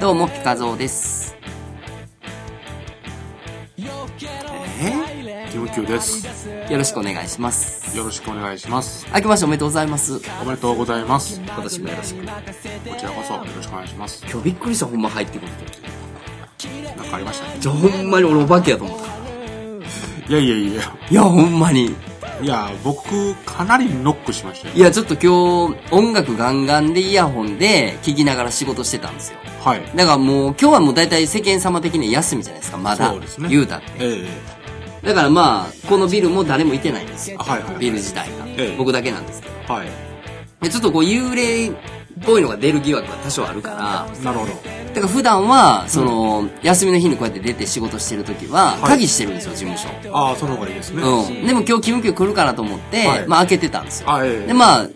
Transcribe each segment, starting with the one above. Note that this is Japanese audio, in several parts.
どうもピカゾーですえー、キムですよろしくお願いしますよろしくお願いします明けましておめでとうございますおめでとうございます今年もよろしくこちらこそよろしくお願いします今日びっくりしたほんま入ってくるなんかありましたねじゃほんまに俺お化けやと思ったいやいやいやいやほんまにいや僕かなりノックしましたよいやちょっと今日音楽ガンガンでイヤホンで聞きながら仕事してたんですよはいだからもう今日はもう大体世間様的には休みじゃないですかまだそうですね言うたってええだからまあこのビルも誰もいてないんですよはいはいビル自体が、ええ僕だけなんですけどはいでちょっとこう幽霊っぽいのが出る疑惑が多少あるからなるほどだから普段はその、休みの日にこうやって出て仕事してる時ははい鍵してるんですよ事務所ああその方がいいですね、うん、でも今日キムキム来るかなと思って、はいまあ開けてたんですよあええでまあ来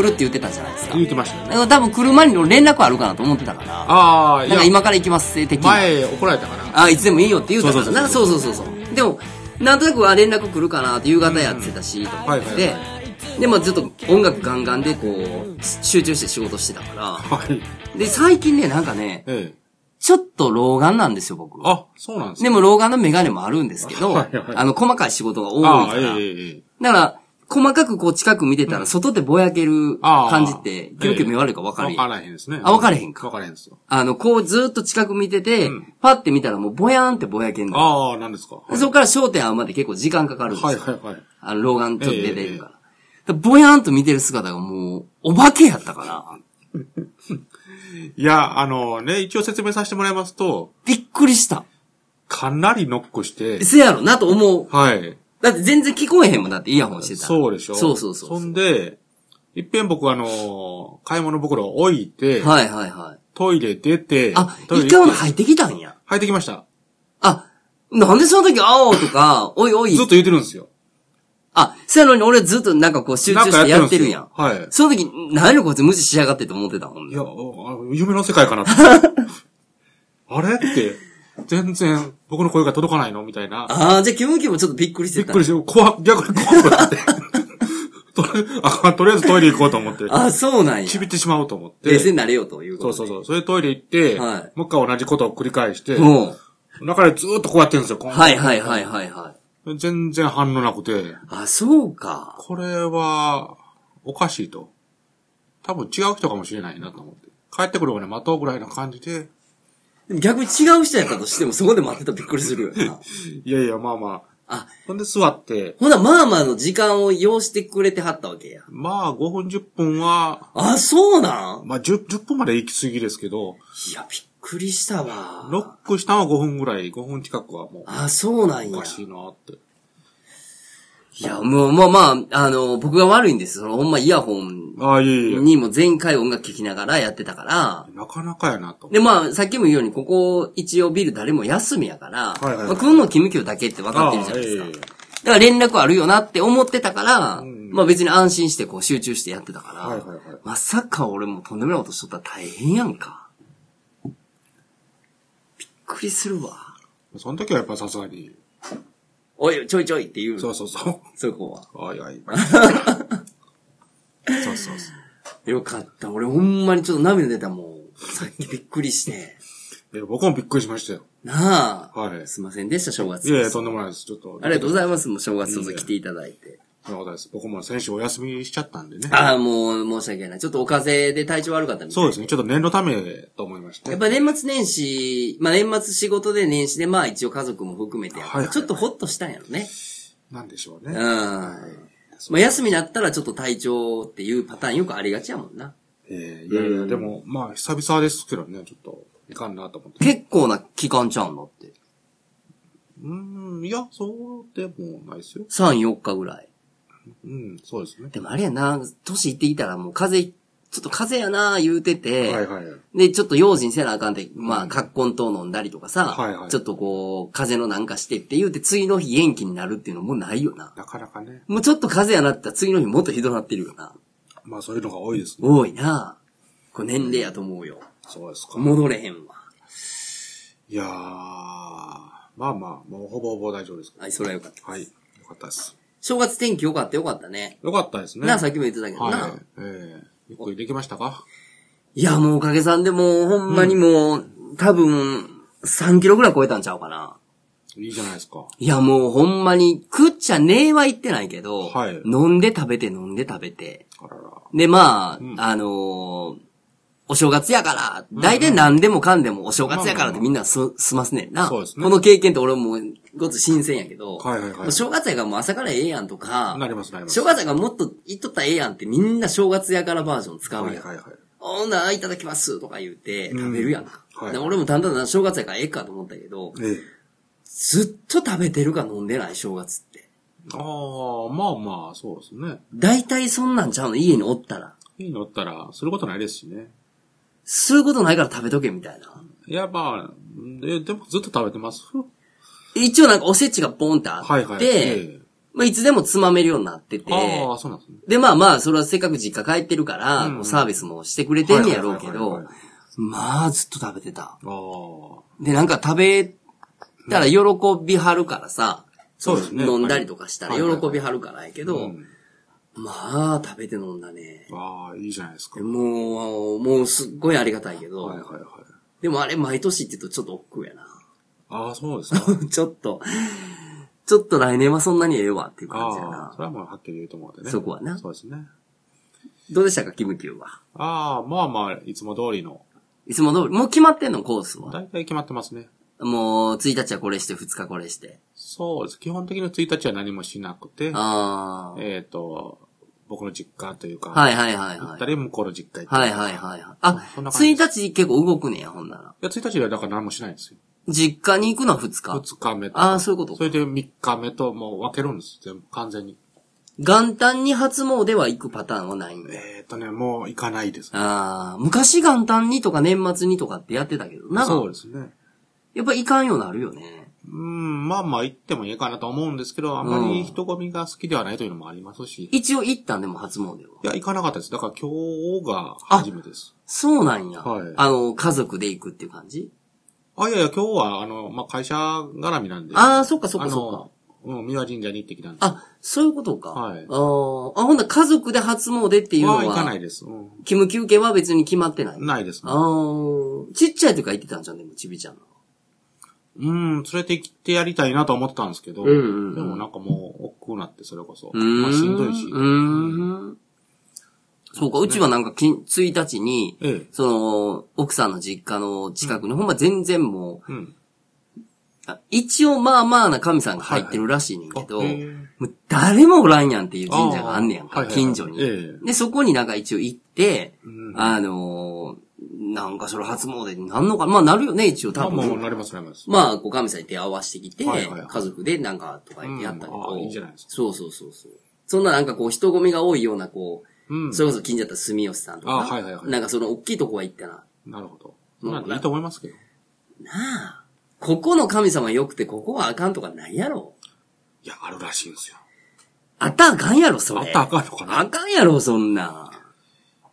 るって言ってたじゃないですか言ってましたよだねから多分来る前にの連絡あるかなと思ってたからああいなんかや今から行きますって的な前怒られたかなあいつでもいいよって言うたからなそそうそうそうそうでもなんとなくは連絡来るかなって夕方やってたしと思って、はいはいはでまあずっと音楽ガンガンでこう集中して仕事してたかはいらで最近ねなんかねええちょっと老眼なんですよ僕あそうなんですでねも老眼の眼鏡もあるんですけど、はいはいあの細かい仕事が多いあかあえら、えええだから、細かくこう近く見てたら、外でぼやけるああ感じって、キュンキュン目悪いか分かる分やかんらへんですねあ分かれへんか分からへんですよあの、こうずっと近く見てて、んパって見たらもうぼやーんってぼやけんの。ああなんですかはそこから焦点合うまで結構時間かかるんですよ。いはいはいあの、老眼ちょっと出てるから。だからぼやーんと見てる姿がもう、お化けやったから、いや、あのね、一応説明させてもらいますと、びっくりした。かなりノックして、せやろなと思う。はい。だって全然聞こえへんもんだってイヤホンしてたら。そうでしょそうそうそう。そんで、いっぺん僕あの、買い物袋を置いて、はいはいはい。トイレ出て、あ、トイレ一回ほ行っなて入ってきたんや。入ってきました。あ、なんでその時、あおーとか、おいおいずっと言ってるんですよ。あ、そやのに俺ずっとなんかこう集中してやってるやん。なんかやってるんですその時、何やろこいつ無視しやがってと思ってたもんいね。や、あ夢の世界 かなって。あれって、全然僕の声が届かないのみたいな。ああ、じゃあキムキムちょっとびっくりしびて。ったくりして、怖っ逆に怖くなって。 とあとりあえずトイレ行こうと思って。あ、そうなんや。ちびってしまおうと思って。冷静になれよということそうで。そうそう。それでトイレ行って、はいもう一回同じことを繰り返して、もう。中でずーっとこうやってるんですよ、はいはいはいはいはい。い。全然反応なくて、あ、そうか。これは、おかしいと。多分違う人かもしれないなと思って。帰ってくるまで待とうぐらいな感じで、逆に違う人やったとしてもそこで待ってたらびっくりする よな。いやいや、まあまあ。あ、ほんで座って、ほな、まあまあの時間を要してくれてはったわけや。まあ5分10分は、あ、そうなんまあ 10, 10分まで行き過ぎですけど、いや、びっくりしたわ。ロックしたのは5分ぐらい、5分近くはもあ、そうなんう、おやか。しいなって。いや、もう、まあまあ、あの、僕が悪いんです。その、ほんまイヤホンああ、いえいえ。にも全回音楽聴きながらやってたから、なかなかやなと。で、まあ、さっきも言うように、ここ、一応ビル誰も休みやから、いはいはいまあ、来んのキムキューだけって分かってるじゃないですか。ああええだから連絡あるよなって思ってたから、んまあ別に安心してこう集中してやってたから、はいはいはいまさか俺もとんでもないことしとったら大変やんか。びっくりするわ。その時はやっぱさすがに、おい、ちょいちょいって言う。そうそうそう。そういう子は。はいはい。そうそうそよかった。俺ほんまにちょっと涙出たもん。さっきびっくり して。う。いや僕もびっくりしましたよ。なあ。はいすいませんでした、正月。いやいや、とんでもないです。ちょっと。ありがとうごいざいます。もう正月外来ていただいて。ます。とんでもないです。僕も先週お休みしちゃったんでね。ああ、もう申し訳ない。ちょっとお風邪で体調悪かったみたい。そうですすね。ちょっと念のためと思いまして。やっぱ年末年始、まあ年末仕事で年始で、まあ一応家族も含めて、はいはいちょっとホッとしたんやろね。なんでしょううん。ね。まあ休みになったらちょっと体調っていうパターンよくありがちやもんな。えーいやいや、でも、まあ、久々ですけどね、ちょっと、いかんなと思って。結構な期間ちゃうのって。うーん、いや、そうでもないですよ。 3、4日ぐらい。うん、そうですね。でもあれやな、年いっていたらもう風邪、ちょっと風邪やな言うてて、はいはい。で、ちょっと用心せなあかんって、まあ、葛根糖飲んだりとかさ、はいはいちょっとこう、風邪のなんかしてって言うて、次の日元気になるっていうのもうないよな。なかなかね、もうちょっと風邪やなって言ったら次の日もっとひどなってるよな。まあ、そういうのが多いですね。多いなこれ年齢やと思うよ。そうですか。戻れへんわ。いやー、まあまあ、もうほぼほぼ大丈夫です。はい、それはよかった。はい。よかったです。正月天気よかったよかったね。よかったですね。なあ、さっきも言ってたけどな。はい。ええゆっくりできましたかいや、もうおかげさんでもう、ほんまにもう、多分、3キロぐらい超えたんちゃうかな。いいじゃないですか。いや、もうほんまに、食っちゃねえは言ってないけど、はい飲んで食べて飲んで食べて。あらら。で、まあ、うんあのーお正月やから、大体何でもかんでもお正月やからってみんなす、済ますねんな。そうですねこの経験って俺もごつ新鮮やけど、はいはいはいもう正月やからもう朝からええやんとか、なりますなります。正月やからもっと言っとったらええやんってみんな正月やからバージョン使うやん。はいはいはい。ほんならいただきますとか言って食べるやんか。うんはいで俺もだんだんだん正月やからええかと思ったけど、ええ。ずっと食べてるか飲んでない正月って。ああ、まあまあ、そうですね。大体そんなんちゃうの家におったら。いいのったら、することないですしね。そういうことないから食べとけみたいな。いや、まあ、え、でもずっと食べてます。一応なんかおせちがボンってあって、はいはい。えまあ、いつでもつまめるようになってえて、ああ、そうなんですね。でまあまあそれはせっかく実家帰ってるから、うんこうサービスもしてくれてんねやろうけはどいはいはいはい、まあずっと食べてた。ああ。でなんか食べたら喜びはるからさ、そうですね飲んだりとかしたらはいはい喜びはるからやけけど、まあ食べて飲んだね。ああ、いいじゃないですか。もう、もうすっごいありがたいけど、はいはいはい。でもあれ毎年って言うとちょっと億劫やな。ああ、そうですか。 ちょっと、ちょっと来年はそんなにええわっていう感じやああ、なそ。れはもうはっきり言うと思うんでね。そこはなそうですね。どうでしたか、キムキューは。ああ、まあまあ、いつも通りの。いつも通り、もう決まってんの、コースは。大体決まってますね。もう、1日はこれして、2日これして。そうです。基本的に1日は何もしなくて、ああ。えっ、と、僕の実家というか、はいはいはい行はったい。り、向こうの実家行ったり。はいい。はいはいはい。あ、そんな感じ1日結構動くねや、ほんなら。や、1日はだから何もしないんですよ。実家に行くのは2日。 2日目と。ああ、そういうことそか。れで3日目ともう分けるんです。全部、完全に。元旦に初詣は行くパターンはないんで。えっ、とね、もう行かないです。ああ、昔元旦にとか年末にとかってやってたけどな。そうですね。やっぱ行かんようになるよね。うん、まあまあ行ってもいいかなと思うんですけど、あまり人混みが好きではないというのもありますし。い一応行ったんでも初詣は。や、行かなかったです。だから今日が初めてです。そうなんや。はいあの、家族で行くっていう感じあ、いやいや、今日は、あの、まあ、会社絡みなんで。ああ、そっかそっかそっか。あの、うん、三輪神社に行ってきたんです。あ、そういうことか。はいあーあ、ほんなら家族で初詣っていうのはは、行かないです。うキム休憩は別に決まってない。ん。ないです、ああ、ちっちゃい時から言ってたんじゃん、でも、ちびちゃんの。うん、連れて行ってやりたいなとは思ってたんですけど、うんうんうんでもなんかもう、億劫になって、それこそ。うーん。まあ、しんどいし。うーん。そうか、うちはなんかき、1日に、えその、奥さんの実家の近くに、ほんま全然もう、え。うん。あ一応まあまあな神さんが入ってるらしいねんけど、あへーもう誰もおらんやんっていう神社があんねやんあか、ー近所に。はいはいはいえで、そこになんか一応行って、え。うん。あのーなんかそれ初詣になんのかなまあなるよね、一応ま多あ、もう、分。なります、なります。まあ、こう神さんに手合わせてきて、はいはいはい家族でなんかとか言ってやったけど、うんあいいじゃないですかそうそうそうそう。そんななんかこう人混みが多いようなこうう、ん。それこそ近所だったら住吉さんとか、あはいはいはいなんかその大きいとこは行ったな。なるほど。うんまあ、いいと思いますけど。なあ、ここの神様良くてここはあかんとかないやろ。いや、あるらしいんですよ。あったらあかんやろ、それ。あったらあかんのかなあかんやろ、そんなん。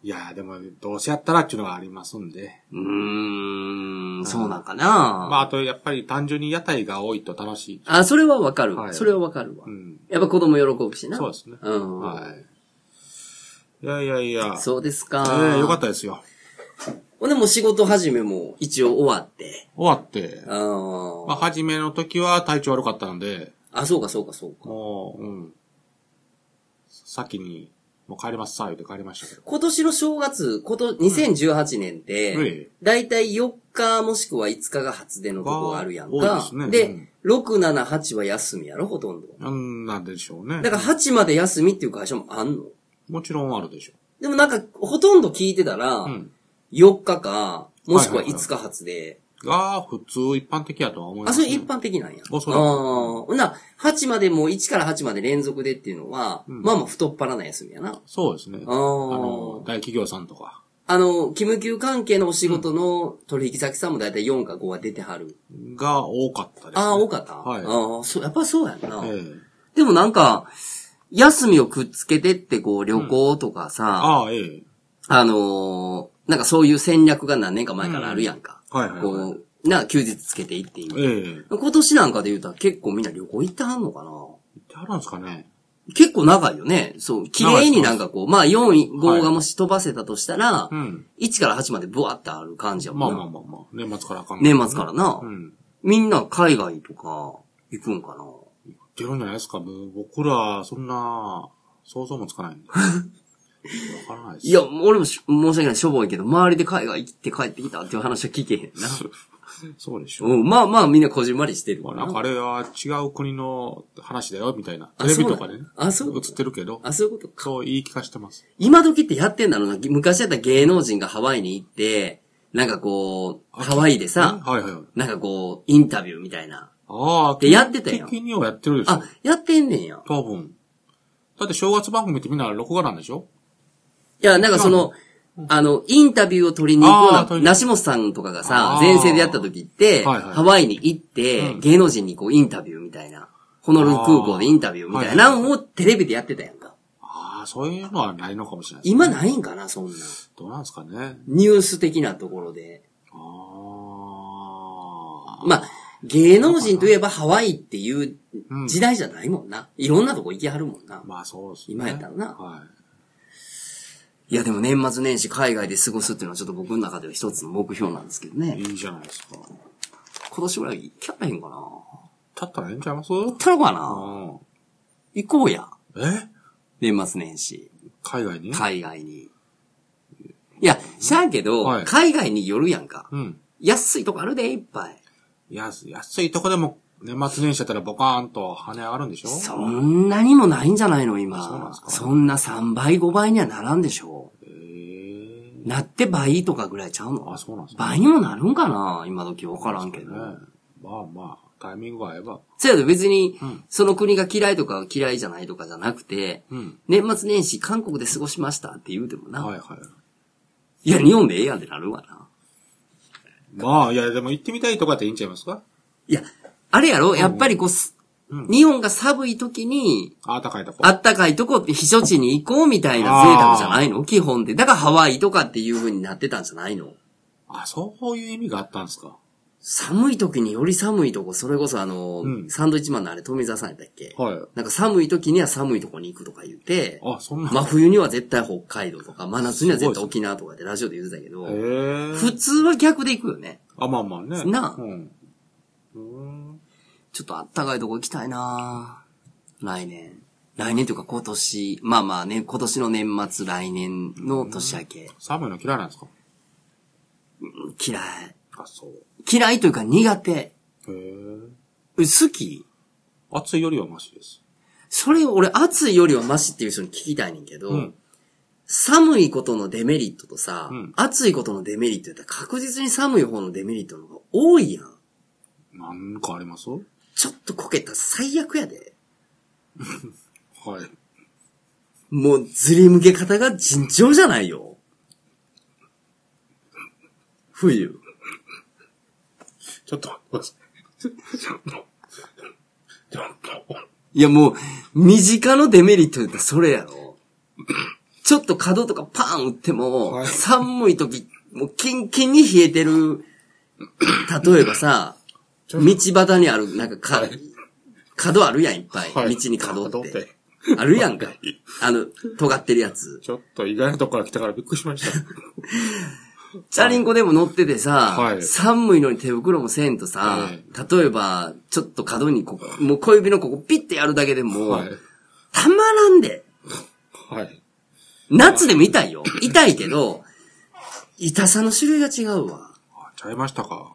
いや、でも、どうせやったらっていうのがありますんで。うーん、そうなんかな。まあ、あと、やっぱり単純に屋台が多いと楽しい。あ、それはわかる。はいそれはわかるわ。うん。やっぱ子供喜ぶしな。そうですね。うん。はい。いやいやいや。そうですか。ええよかったですよ。ほんでもう仕事始めも一応終わって。終わって、あー、まあ、初めの時は体調悪かったので、あ、そうかそうかそうか。もう、うん。先に、もう帰りますさ、言って帰りましたけど。今年の正月、こと、2018年って、うんええだいたい4日もしくは5日が初出のとこがあるやんわあか。多いですねで、6、7、8は休みやろ、ほとんど。なんなんでしょうね。だから8まで休みっていう会社もあんの。もちろんあるでしょでもなんか、ほとんど聞いてたら、う。うん。 4日か、もしくは5日発で、が、普通、一般的やとは思いまあ、す、それ一般的なんや。あそうだあーほな、8までもう1から8まで連続でっていうのは、うんまあまあ太っ腹な休みやな。そうですね。ああーの、大企業さんとか。あの、キム級関係のお仕事の取引先さんもだいたい4か5は出てはる。が多かったです、ね。ああ、多かった。はいああ、そう、やっぱそうやんな。ええでもなんか、休みをくっつけてってこう旅行とかさ、ああ、ええあのーなんかそういう戦略が何年か前からあるやんか。はいはい、はい。こう、な、休日つけていっていう。ええ今年なんかで言うたら結構みんな旅行行ってはんのかな行ってはるんですかね。結構長いよね。そう。綺麗になんかこう、まあ4、5がもし飛ばせたとしたら、うん。 1から8までブワってある感じやもまあんな。まあまあまあ。年末からあかん年末からな、うん。みんな海外とか行くんかな。出るんじゃないですか。もう僕ら、そんな、想像もつかないん で。わからないです。いや、俺もし申し訳ない、しょぼいけど、周りで海外行って帰ってきたっていう話は聞けへんな。そうでしょ。うん、まあまあみんなこじんまりしてるまかあ、らなんかあれは違う国の話だよ、みたいな。あテレビとかでね。あそうなん映ってるけど、あ、そういうことか。そう言い聞かしてます。今時ってやってんだろうな。昔やったら芸能人がハワイに行って、なんかこう、あハワイでさ、はいはいはい。なんかこう、インタビューみたいな。ああ、でやってたよ金曜やってるでしょあ。、やってんねんや。多分。だって正月番組ってみんな録画なんでしょいや、なんかその、あの、インタビューを取りに行あーこう取な、りに梨本さんとかがさ、あー前世でやった時って、はいはいハワイに行って、うん芸能人にこうインタビューみたいな、ホノルル空港でインタビューみたいなあーはいはいのをテレビでやってたやんか。ああ、そういうのはないのかもしれないです。今ないんかな、そんな。どうなんですかね。ニュース的なところで。ああ。まあ、芸能人といえばハワイっていううん時代じゃないもんな。いろんなとこ行きはるもんな。まあそうですね。今やったらなはい。いや、でも年末年始海外で過ごすっていうのはちょっと僕の中では一つの目標なんですけどね。いいじゃないですか。今年ぐらい行きゃへんかな。立ったらええんちゃいます行ったのかなうん。行こうや。え年末年始。海外に海外に。いや、しゃあけど、はい海外によるやんか。うん。安いとこあるで、いっぱい。安安いとこでも年末年始やったらボカーンと跳ね上がるんでしょそんなにもないんじゃないの、そうなん今です。かそんな3倍、5倍にはならんでしょええう。なって倍とかぐらいちゃうのあ、そうなんですか。倍にもなるんかな今時わからんけど。ねまあまあ、タイミングが合えば。せやけど別にうん、その国が嫌いとか嫌いじゃないとかじゃなくて、うん。年末年始韓国で過ごしましたって言うてもな。はいい、はい。や、日本でええやんってなるわな。まあ、いや、でも行ってみたいとかっていいんちゃいますかいや、あれやろやっぱりこうす、うん日本が寒い時に、あ高いとこ。あったかいとこって避暑地に行こうみたいな贅沢じゃないの基本で。だからハワイとかっていう風になってたんじゃないのあ、そういう意味があったんですか。寒い時により寒いとこ、それこそあの、うんサンドイッチマンのあれ富澤さんやったっけはい。なんか寒い時には寒いとこに行くとか言って、あ、そんな。真冬には絶対北海道とか、真夏には絶対沖縄とかでラジオで言ってたけどへ、え。普通は逆で行くよね。あ、まあまあね。なあうん。うーん。ちょっとあったかいとこ行きたいなぁ来年。来年というか今年、まあまあね、今年の年末、来年の年明け。寒いの嫌いなんですか嫌い。あ、そう。嫌いというか苦手。へえ。う好き暑いよりはマシです。それ俺暑いよりはマシっていう人に聞きたいねんけど、うん。寒いことのデメリットとさ、うん暑いことのデメリットやったら確実に寒い方のデメリットの方が多いやん。なんかありますはちょっとこけたら最悪やで。い。もうずり向け方が尋常じゃないよ。冬。ちょっと待ってください。ちょっと。ちょっと。いやもう、身近のデメリットやったらそれや ろ。ちょっと角とかパン打っても、はい寒い時、もうキンキンに冷えてる、例えばさ、ちょ道っと端にある、なんかか、はい角あるやん、いっぱい。はい道に角って。角ってあるやんか。あの、尖ってるやつ。ちょっと意外なとこから来たからびっくりしました。チャリンコでも乗っててさ、はい寒いのに手袋もせんとさ、え例えば、ちょっと角にここ、もう小指のここピッてやるだけでも、はい。たまらんで。はい。夏でも痛いよ。痛いけど、痛さの種類が違うわ。あ、ちゃいましたか。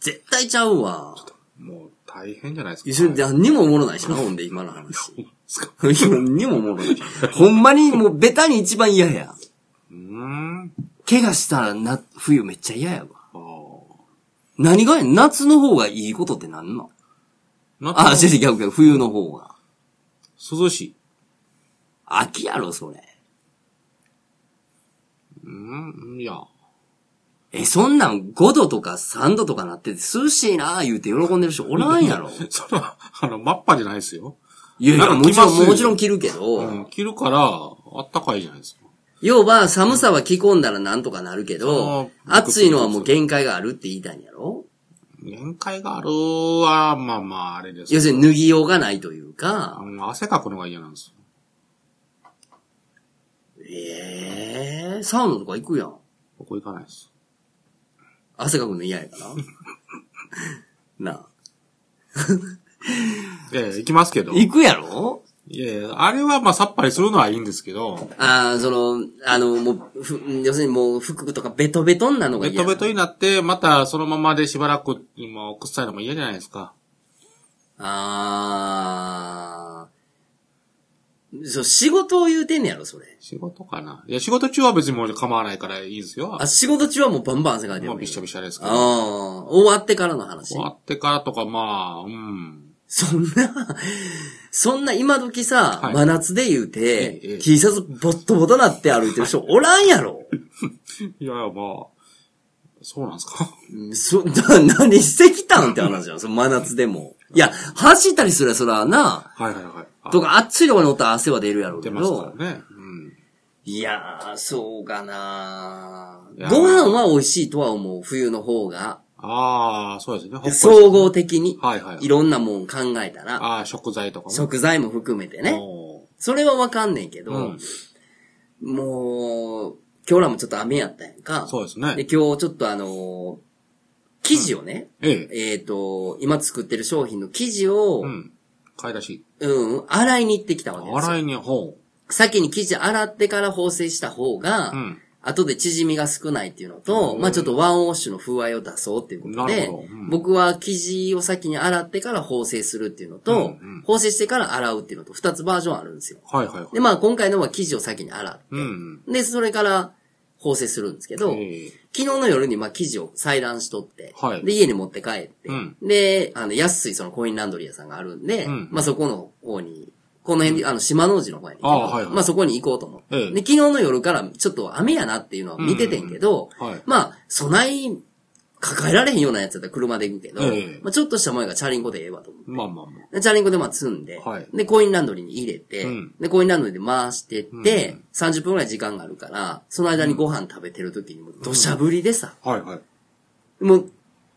絶対ちゃうわ。もう大変じゃないですか。一緒にはい何にもおもろないしな、ほんで、今の話。ですか何にもおもろない。ほんまにもうベタに一番嫌や。うーん。怪我したらな、冬めっちゃ嫌やわ。あ何がや夏の方がいいことってなんのあ、あ。違う違う逆逆、冬の方が。涼しい。秋やろ、それ。うーん、いや。 え、そんなん5度とか3度とかなってて涼しいなー言うて喜んでる人おらんや ろ。それは、あの、マッパじゃないですよ。いやいや、なんもかち着ろまん、すよもちろん着るけど、うん。着るから、あったかいじゃないですか。要は寒さは着込んだらなんとかなるけどう、ん暑いのはもう限界があるって言いたいんやろ限界があるは、まあまあ、あれです要するに脱ぎようがないというか、うん汗かくのが嫌なんですよ。ええー、サウナとか行くやん。僕行かないです。汗かくの嫌やから。な あ。いやいや、行きますけど。い行くやろやいや、あれはまあさっぱりするのはいいんですけど、ああ、その、あの、もう、ふ要するにもう服とかベトベトになるのがベ嫌やトベトになって、またそのままでしばらく、今、臭いのも嫌じゃないですか。ああ。そう、仕事を言うてんねやろ、それ。仕事かな。いや、仕事中は別にもう構わないからいいですよ。あ、仕事中はもうバンバン汗かいてまるあ、びしゃびしゃですけあど。あ。終わってからの話終。わってからとか、まあ、うん。そんな、そんな今時さ、はい真夏で言うえええて、え T シャツボットボトなって歩いてる人おらんやろ。いやいや、まあ、そうなんですか。 そ、な、何してきたんって話じゃん、その真夏でも。いや、走ったりすりゃそらな、はいはいはい。とか、暑いとこにおったら汗は出るやろうけ出ますかど、らね。うん。いやー、そうかないやーご飯は美味しいとは思う、冬の方が。ああ、そうですね。ほっこりする総合的に、はいはいはいいろんなもん考えたら、ああ、食材とかも。食材も含めてね。おそれはわかんねんけーど、うん。もう、今日らもちょっと雨やったやんか。そうですで、ね。今日ちょっとあのー生地をね、ええ。えっ、と、今作ってる商品の生地を、う、うんん。買い出し。洗いに行ってきたわけですよ。洗いに、ほ先に生地洗ってから縫製した方が、う。うん。後で縮みが少ないっていうのと、うんまあちょっとワンウォッシュの風合いを出そうっていうことなで、るほどうん僕は生地を先に洗ってから縫製するっていうのと、うんうん縫製してから洗うっていうのと、二つバージョンあるんですよ。はいはいはい。で、まあ今回のは生地を先に洗って、うん。で、それから縫製するんですけど、ええ。昨日の夜にまあ生地を裁断しとって、はいで、家に持って帰って、うんで、あの、安いそのコインランドリー屋さんがあるんで、うんまあそこの方に、この辺で、あの、島の内の方に行けどああはいはいまあそこに行こうと思って、ええで、昨日の夜からちょっと雨やなっていうのは見ててんけど、はい。まあ、備え、抱えられへんようなやつだったら車で行くけど、ええまあちょっとした前がチャリンコでええわと思って。まあまあまあ。でチャリンコでまあ積んで、はいで、コインランドリーに入れて、うんで、コインランドリーで回してって、うんうん30分くらい時間があるから、その間にご飯食べてる時にもう土砂降りでさ、はいはい。もう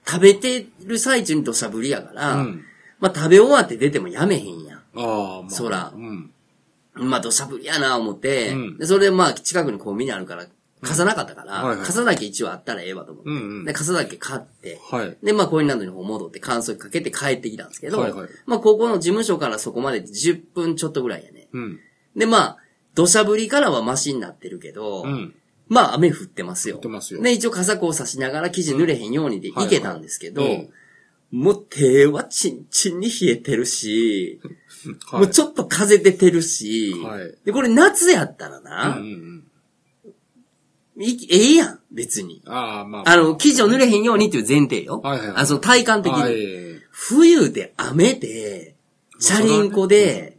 食べてる最中に土砂降りやから、うん。まあ食べ終わって出てもやめへんやん。ああ、まあ。そらうん。まあ土砂降りやな思って、うんでそれでまあ近くにコンビニあるから、傘なかったから、うんはいはい傘だけ一応あったらええわと思って、うんうんで傘だけ買って、はい。で、まあ、コインランドリーの方戻って、乾燥機かけて帰ってきたんですけど、はいはいまあ、ここの事務所からそこまで10分ちょっとぐらいやね。うん。で、まあ、土砂降りからはマシになってるけど、うん。まあ、雨降ってますよ。降ってますよで、一応傘こう差しながら生地濡れへんようにではいいけたんですけど、はいえもう手はチンチンに冷えてるし、はい。もうちょっと風出てるし、はいで、これ夏やったらうんな、うんうん。いええやん、別に。ああ、まあ。あの、生地を濡れへんようにっていう前提よ。はいはいはいあその体感的に。はい。冬で雨で、チャリンコで、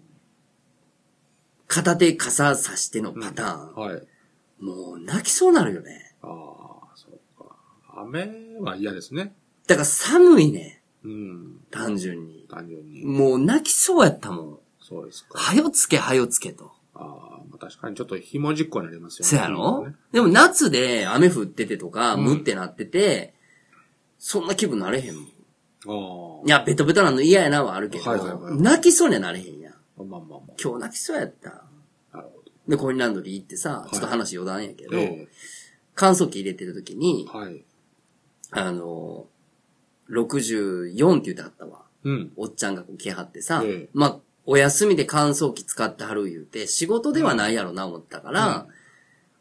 片手傘さしてのパターン。はい。もう泣きそうなるよね。ああ、そうか。雨は嫌ですね。だから寒いね。うん。単純に。単純に。もう泣きそうやったもん。そうですか。はよつけはよつけと。ああ、まあ確かにちょっとひもじっこになりますよね。そやろでも夏で雨降っててとか、うんむってなってて、そんな気分なれへんもん。いああ。や、ベトベトなの嫌やなはあるけはいはいどは、い泣きそうにはなれへんやん。まあまあま今日泣きそうやった。あ。なるほど。で、コインランドリー行ってさ、ちょっと話余談やけど、え乾燥機入れてる時にえ、はい。あの、64って言ってあったわ。うん。おっちゃんがこう来はってさ、ええまあ、お休みで乾燥機使ってはる言うて、仕事ではないやろな思ったから、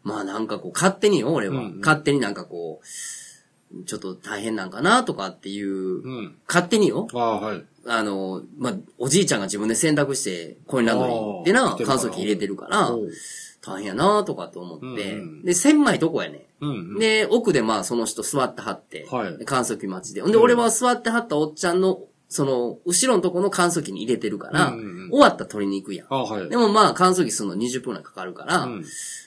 まあなんかこう勝手によ、俺は、うんうん勝手になんかこう、ちょっと大変なんかなとかっていう、うん。勝手によ、ああ、はい。あの、まあ、おじいちゃんが自分で洗濯して、コインランドリー行ってあなあ、乾燥機入れてるから、おう大変やなとかと思って、うんうんで、千枚どこやねん。うんうん。で、奥でまあその人座ってはって、はいで乾燥機待ちで。ほんで、うん俺は座ってはったおっちゃんの、その、後ろのとこの乾燥機に入れてるから、うんうんうん終わったら取りに行くやん。ああ、はい。でもまあ乾燥機するの20分くらいかかるから、うん。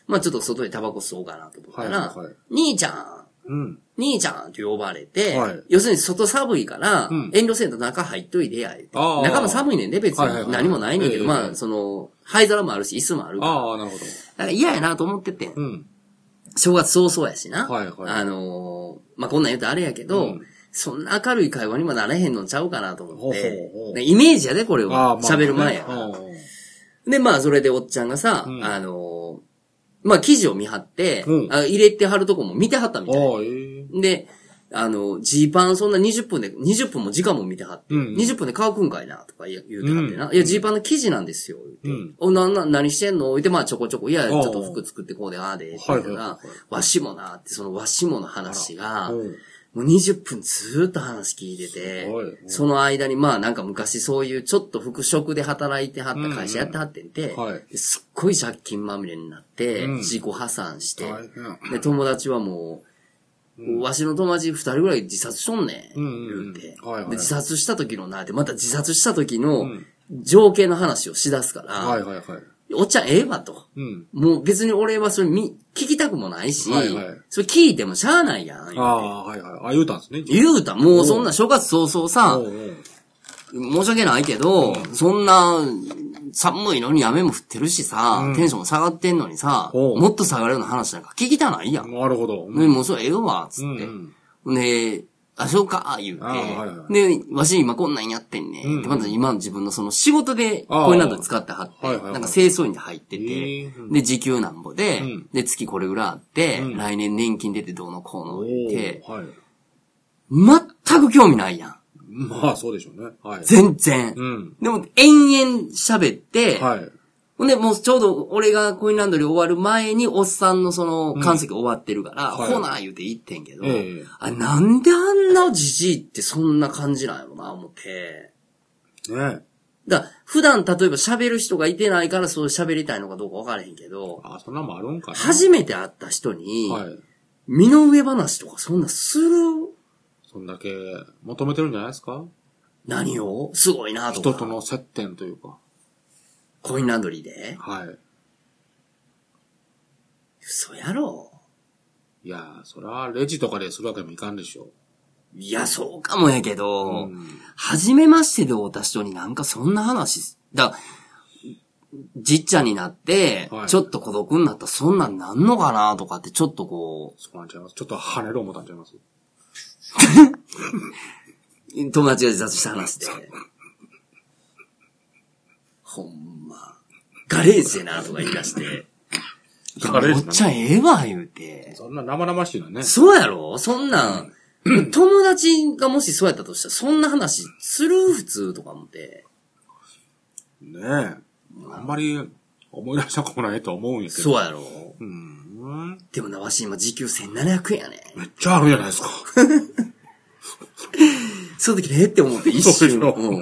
まあちょっと外でタバコ吸おうかなと思ったら、はいはい兄ちゃんうん。兄ちゃんって呼ばれて、はい要するに外寒いから、うん遠慮せんと中入っといてや、言うてああ中も寒いねんね、別はいはいはに。い何もないねんけど、ええまあ、その、灰皿もあるし、椅子もあるから。ああ、なるほど。なんか嫌やなと思ってて。うん。正月早々やしな。はいはいあのーまあ、こんなん言うとあれやけど、うんそんな明るい会話にもなれへんのちゃうかなと思って。ほうほうほうねイメージやで、これああは。まあ喋る前やから。で、まあ、それでおっちゃんがさ、うんあのーまあ、記事を見張って、うんあ入れてはるとこも見てはったみうたいんな。ああ、ええ。で、あの、ジーパンそんな20分で、20分も時間も見てはって、うんうん20分で乾くんかいな、とか言う言うてはってな。うんいや、ジーパンの生地なんですよ、言うて。お、な、な、何してんの言うて、まあ、ちょこちょこ、いや、ちょっと服作ってこうで、ああで、って言うてはいはいなはいはい。わしもな、って、そのわしもの話が、おもうう20分ずーっと話聞いててすごいうん、その間に、まあ、なんか昔そういうちょっと服飾で働いてはった会社やってはってんて、うんうんはいですっごい借金まみれになって、うん自己破産して、大変。で、友達はもう、わしの友達二人ぐらい自殺しとんねん。うんうんうん言て、はいはいで、自殺した時のな、で、また自殺した時のん情景の話をしだすから、はいはいはい。おっちゃんええわと。うん。もう別に俺はそれみ聞きたくもないし、はいはいそれ聞いてもしゃあないやん。ああ、はいはい。あ、言うたんですね。言うた、もうそんな正月早々さお、うおう申し訳ないけど、そんな、寒いのに雨も降ってるしさ、うんテンション下がってんのにさ、おうもっと下がるような話なんか聞きたないやん。なるほど。うんね、もうそれええわ、つうって。んで、あ、そうか、言うて。あーはいはで、わし今こんなんやってんね。うんでまず今の自分のその仕事で、あーこういうなど使ってはって、はいはいはいなんか清掃員で入ってて、へーうんで、時給なんぼで、うんで、月これぐらいあって、うん来年年金出てどうのこうおのう言って、はい。全く興味ないやん。まあ、そうでしょうね。はい。全然。うん。でも、延々喋って、はい。ほんで、もうちょうど俺がコインランドリー終わる前に、おっさんのその、関席終わってるから、はいほな言うて言ってんけど、ええあ、なんであんなじじいってそんな感じなんやろな、思って。ねだから普段例えば喋る人がいてないからそう喋りたいのかどうか分からへんけど、あ、そんなもんあるんかな。初めて会った人に、はい。身の上話とかそんなするそんだけ求めてるんじゃないですか何をすごいなとか。人との接点というか。コインランドリーではい。嘘やろ。いやー、そら、レジとかでするわけにもいかんでしょいや、そうかもやけう。ど、うん。初めましてで会った人になんかそんな話す、だ、じっちゃんになって、はいちょっと孤独になったらそんなんなんのかなとかってちょっとこそうなんちゃいます。ちょっと跳ねる思ったんちゃいますう、友達が自殺した話で。ほんま。ガレージでなとか言い出して。いや、 ガレージなおのっちゃんええわ、言うて。そんな生々しいのね。そうやろそんなん、友達がもしそうやったとしたら、そんな話する普通とか思って。ねえ。あんまり思い出したくもないとは思うんやけど。そうやろう。うん。でもな、わし今時給1700円やねん。めっちゃあるじゃないですか。その時ねえって思って一瞬、そうでしょうん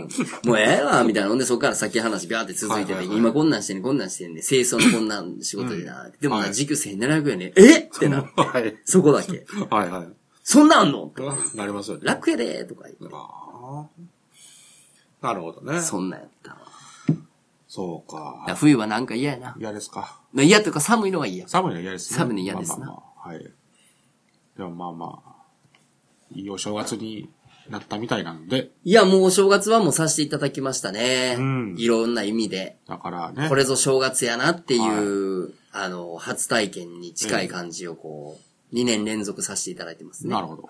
もうええわ、みたいな。ほんで、そこから先話ビャーって続いてて、はいはいはい今こんなんしてんね、こんなんしてんね、清掃のこんなん仕事でな。でもはな、い時給1700円で、えってなって、はい。そこだけ。 はいはそんなんあんのとかい。なりますよね。楽やでとか言って。ああ。なるほどね。そんなんやったわ。だか。そうから冬はなんか嫌やな。嫌ですか。嫌というか寒いのは嫌。寒いのは嫌ですね。寒いの嫌ですなまあまあまあはい。でもまあまあ、いいお正月になったみたいなんで、いや、もうお正月はもうさせていただきましたね。うんいろんな意味で。だからね。これぞ正月やなっていう、あの、初体験に近い感じをこう、2年連続させていただいてますね。なるほど。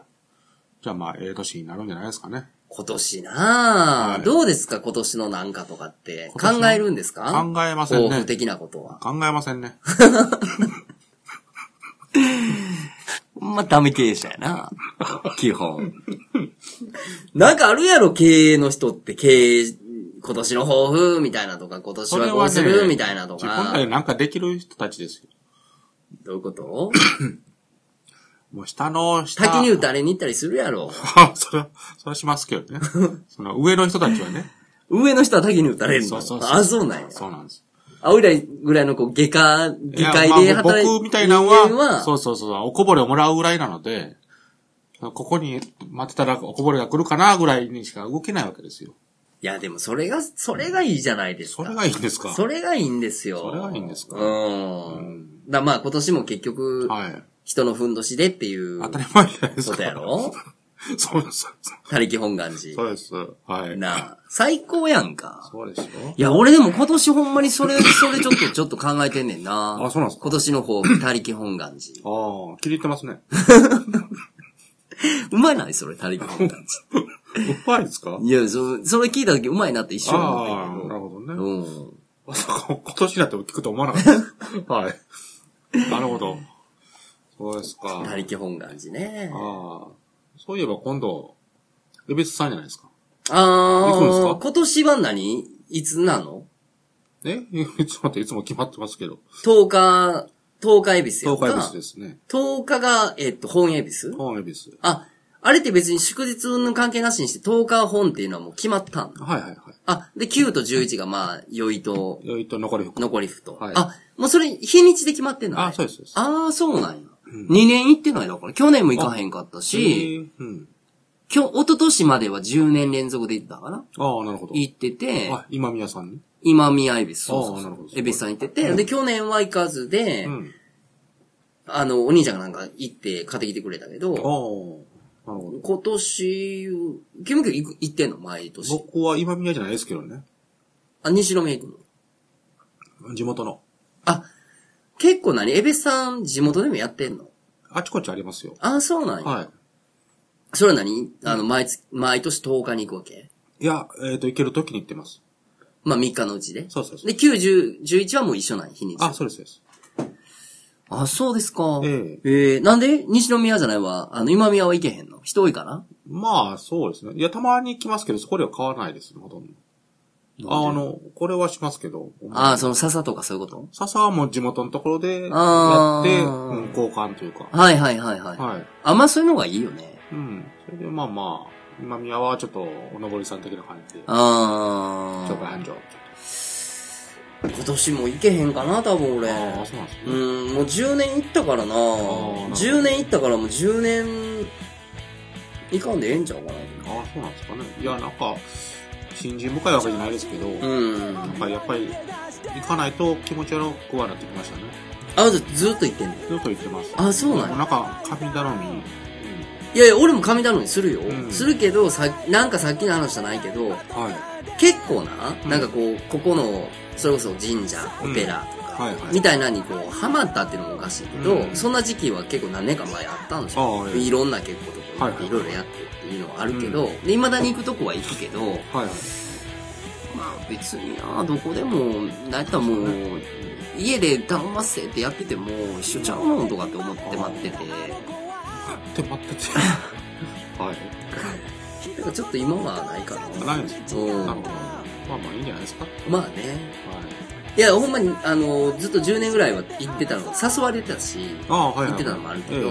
じゃあまあ、ええ年になるんじゃないですかね。今年なあ、はいどうですか今年のなんかとかって。今年の考えるんですか考えませんね抱負的なことは。考えませんね。まあ、ダメ経営者や な。基本。 なんかあるやろ、経営の人って、経営、今年の抱負みたいなとか、今年はこうするみたいなと自分か。らでなんかできる人たちですよ。どういうこともう下の下。滝に打たれに行ったりするやろ。あ それは、それはしますけ どね。その上の人たちはね。上の人は滝に打たれるの。あ、そうなんや。そうなんです。あ、俺らぐらいのこう、外科、いや外科医でまあ働僕いてる僕みたいなの人間は、そうそうそう、おこぼれをもらうぐらいなので、ここに待ってたらおこぼれが来るかなぐらいにしか動けないわけですよ。いや、でもそれが、それがいいじゃないですそか。れがいいんですかそれがいいんですよ。それがいいんですかうん。うんだからまあ今年も結局、はい。人のふんどしでっていう当こたり前じゃないですとか。やろ そうです。そうです他力本願寺そ。うです。はい。なあ。最高やんか。そうでしょいや、俺でも今年ほんまにそれ、それちょっ と、ちょっと考えてんねんな。あそうなんすか今年の抱負、他力本願寺。ああ、気に入ってますね。うまないそれ、タリバ ンたち。うまいですかいや、そそれ聞いた時うまいなって一緒にああ思ったー、なけるほどど。ね。うん。まさか今年だって聞くと思わなか った。はい。なるほど。そうですか。他力本願寺ね。ああ。そういえば今度、レベツさんじゃないですか。あ行くんですかー、今年は何いつなのえ いつもっていつも決まってますけど。 ?10 日、10日恵比寿や東んか海エビスですね。 10日が、えっと、本恵比寿本エビス。あ、あれって別に祝日の関係なしにして10日本っていうのはもう決まったんはいはいはい。あ、で、9と11がまあ、酔いと、よいと残り服。残りふと。はいあ、もうそれ、日にちで決まってんのあ、そううですそうです。ああ、そうなんや。2年行ってないだから、去年も行かへんかったし、えーうん。今日、一昨年までは10年連続で行ったかなああ、なるほど。行ってて、あ、今宮さんに。今宮恵比寿。そうあそあうなそるほうど。恵比寿さん行ってて、で、去年は行かずで、うん。あの、お兄ちゃんがなんか行って買ってきてくれたけああ、など、るほど。今年、キムキム行く行ってんの毎年。僕は今宮じゃないですけどね。あ、西宮行くの地元の。あ、結構何エベさん地元でもやってんのあちこちありますよ。あ、そうなんや。はそれは何あの、毎月、毎年10日に行くわけい。いや、えっ、と、行けるときに行ってます。まあ3日のうちで。そうそうそう。で、9、10、11はもう一緒なんや日にち。あ、そうです、そうです。あ、そうですか。ええーなんで西宮じゃないわ。あの、今宮は行けへんの人多いかなまあ、そうですね。いや、たまに来ますけど、そこでは買わないです、ほとんど。ああの、これはしますけど。あー、その笹とかそういうこと笹はもう地元のところでやって、うんあー交換というか。はいはいはいはい。はい。あんまそういうのがいいよね。うん。それで、まあまあ、今宮はちょっと、おのぼりさん的な感じで、あ紹介ー。繁盛。今年も行けへんかな、多分俺。ああ、そうなんですうね。ん、もう10年行ったからなーなるほど10年行ったからもう10年、行かんでええんちゃうかな。ああ、そうなんですかね。いや、なんか、信心深いわけじゃないですけど、うん。なんかやっぱり、行かないと気持ち悪くはなってきましたね。あ、ずずっと行ってんのずっと言ってます。あ、そうなんもうや。なんか、神頼み。いやいや、俺も神頼みするよ。うんするけど、さ、なんかさっきの話じゃないけど、はい。結構な、うんなんかこう、ここの、それこそ神社、お寺とか、はいはい。みたいなのにこう、ハマったっていうのもおかしいけど、うんそんな時期は結構何年か前あったんですよ。ああ、ええいろんな結構とこはい行っはていいろいろやってっていうのはあるけど、で、未だに行くとこは行くけど、はいはい。まあ別にな、どこでも、なんやったらもう、家で頼ませってやってても、一緒ちゃうのとかって思って待ってて、って待ってて。 はい。だからちょっと今はないかな。ないですよ。うんなるほど。まあまあいいんじゃないですか。はい。まあね。いや、ほんまに、あの、ずっと10年ぐらいは行ってたの、誘われてたし、ああ、はいはい。行ってたのもあるけどえ、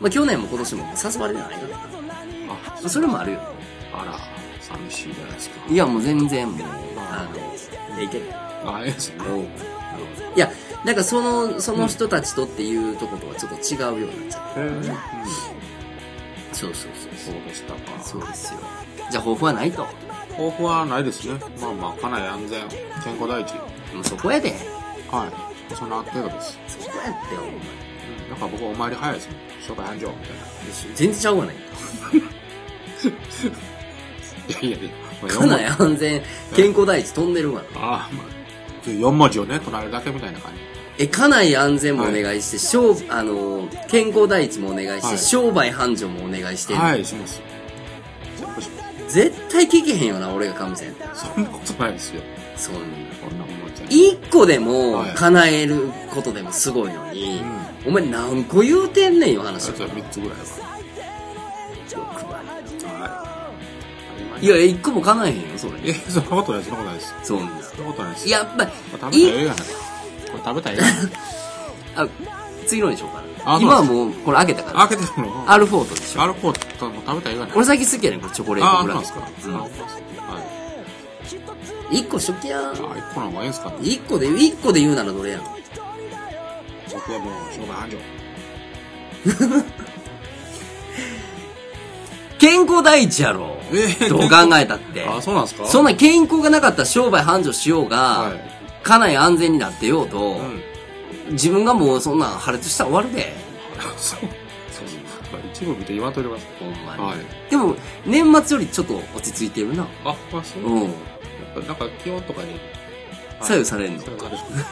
まあ去年も今年も誘われてないから、まえあ、あそれもあるよ。あら、寂しいじゃないですか。いや、もう全然もう、あの、いや、いける。あ、ええですね。なるほど。いや、なんかその、その人たちとっていうとことはちょっと違うようになっちゃええうんう。そうそうそうそうでしたか。そうですよ。じゃあ抱負はないと。も抱負はないですね。まあまあ、家内安全、健康第一。うそこやで。はい。そんな程度です。そこやって、お前。うん。だから僕はお参り早いですね。初回繁盛み全然ちゃうわね。たいな。いやいやいや。まあかなり安全、健康第一飛んでるわ。ああ、まあ、4文字をね、唱えるだけみたいな感じ。え、家内安全もお願いして、商あのー、健康第一もお願いして、はい商売繁盛もお願いして、はい、します。全部しま絶対聞けへんよな、俺が神様。す。そんなことないですよ。そんな。こんなもんじゃない。一個でもはい叶えることでもすごいのにう、ん。お前何個言うてんねんよ、話。そ欲れは3つぐらいは。 張はい。りいや、一個も叶えへんよ、そえ、れ。そんなことない、そんなことないです。そんな。そんなことないです。やっぱまあ、食べり、たらええやないか。これ食べたらええ やないか。あ、次のにしようかあな。そう今はもう、これ開けたから。開けてるのアルフォートでしょ。アルコールとも食べたらええやないか。俺最近好きやねん、これチョコレーあトあ、そうブラなんウンですか。うんはい。一個初期や。あ、1個の方がええんすかね。一個で、一個で言うならどれやん。 僕はもう、商売繁盛。健康第一やろ。ええどう考えたって。あ、そうなんですかそんな健康がなかったら商売繁盛しようはが、い。家内安全になってようとう、ん。自分がもうそんなん破裂したら終わるで。そう。そうそう。一部見て言わんとります。ほんまに。はい。でも、年末よりちょっと落ち着いてるな。あ、まあ、そう。うん。なんか気温とかに。左右されんの左。 右される。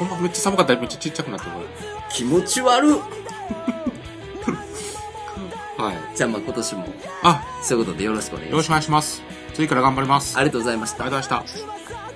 ほんまめっちゃ寒かったらめっちゃちっちゃくなってこれ。気持ち悪っ。はい。じゃあまあ今年も、あ、そういうことでよろしくお願いしよろましす。くお願いします。次から頑張ります。あありりがとうございましたがとうご。ざいました。 「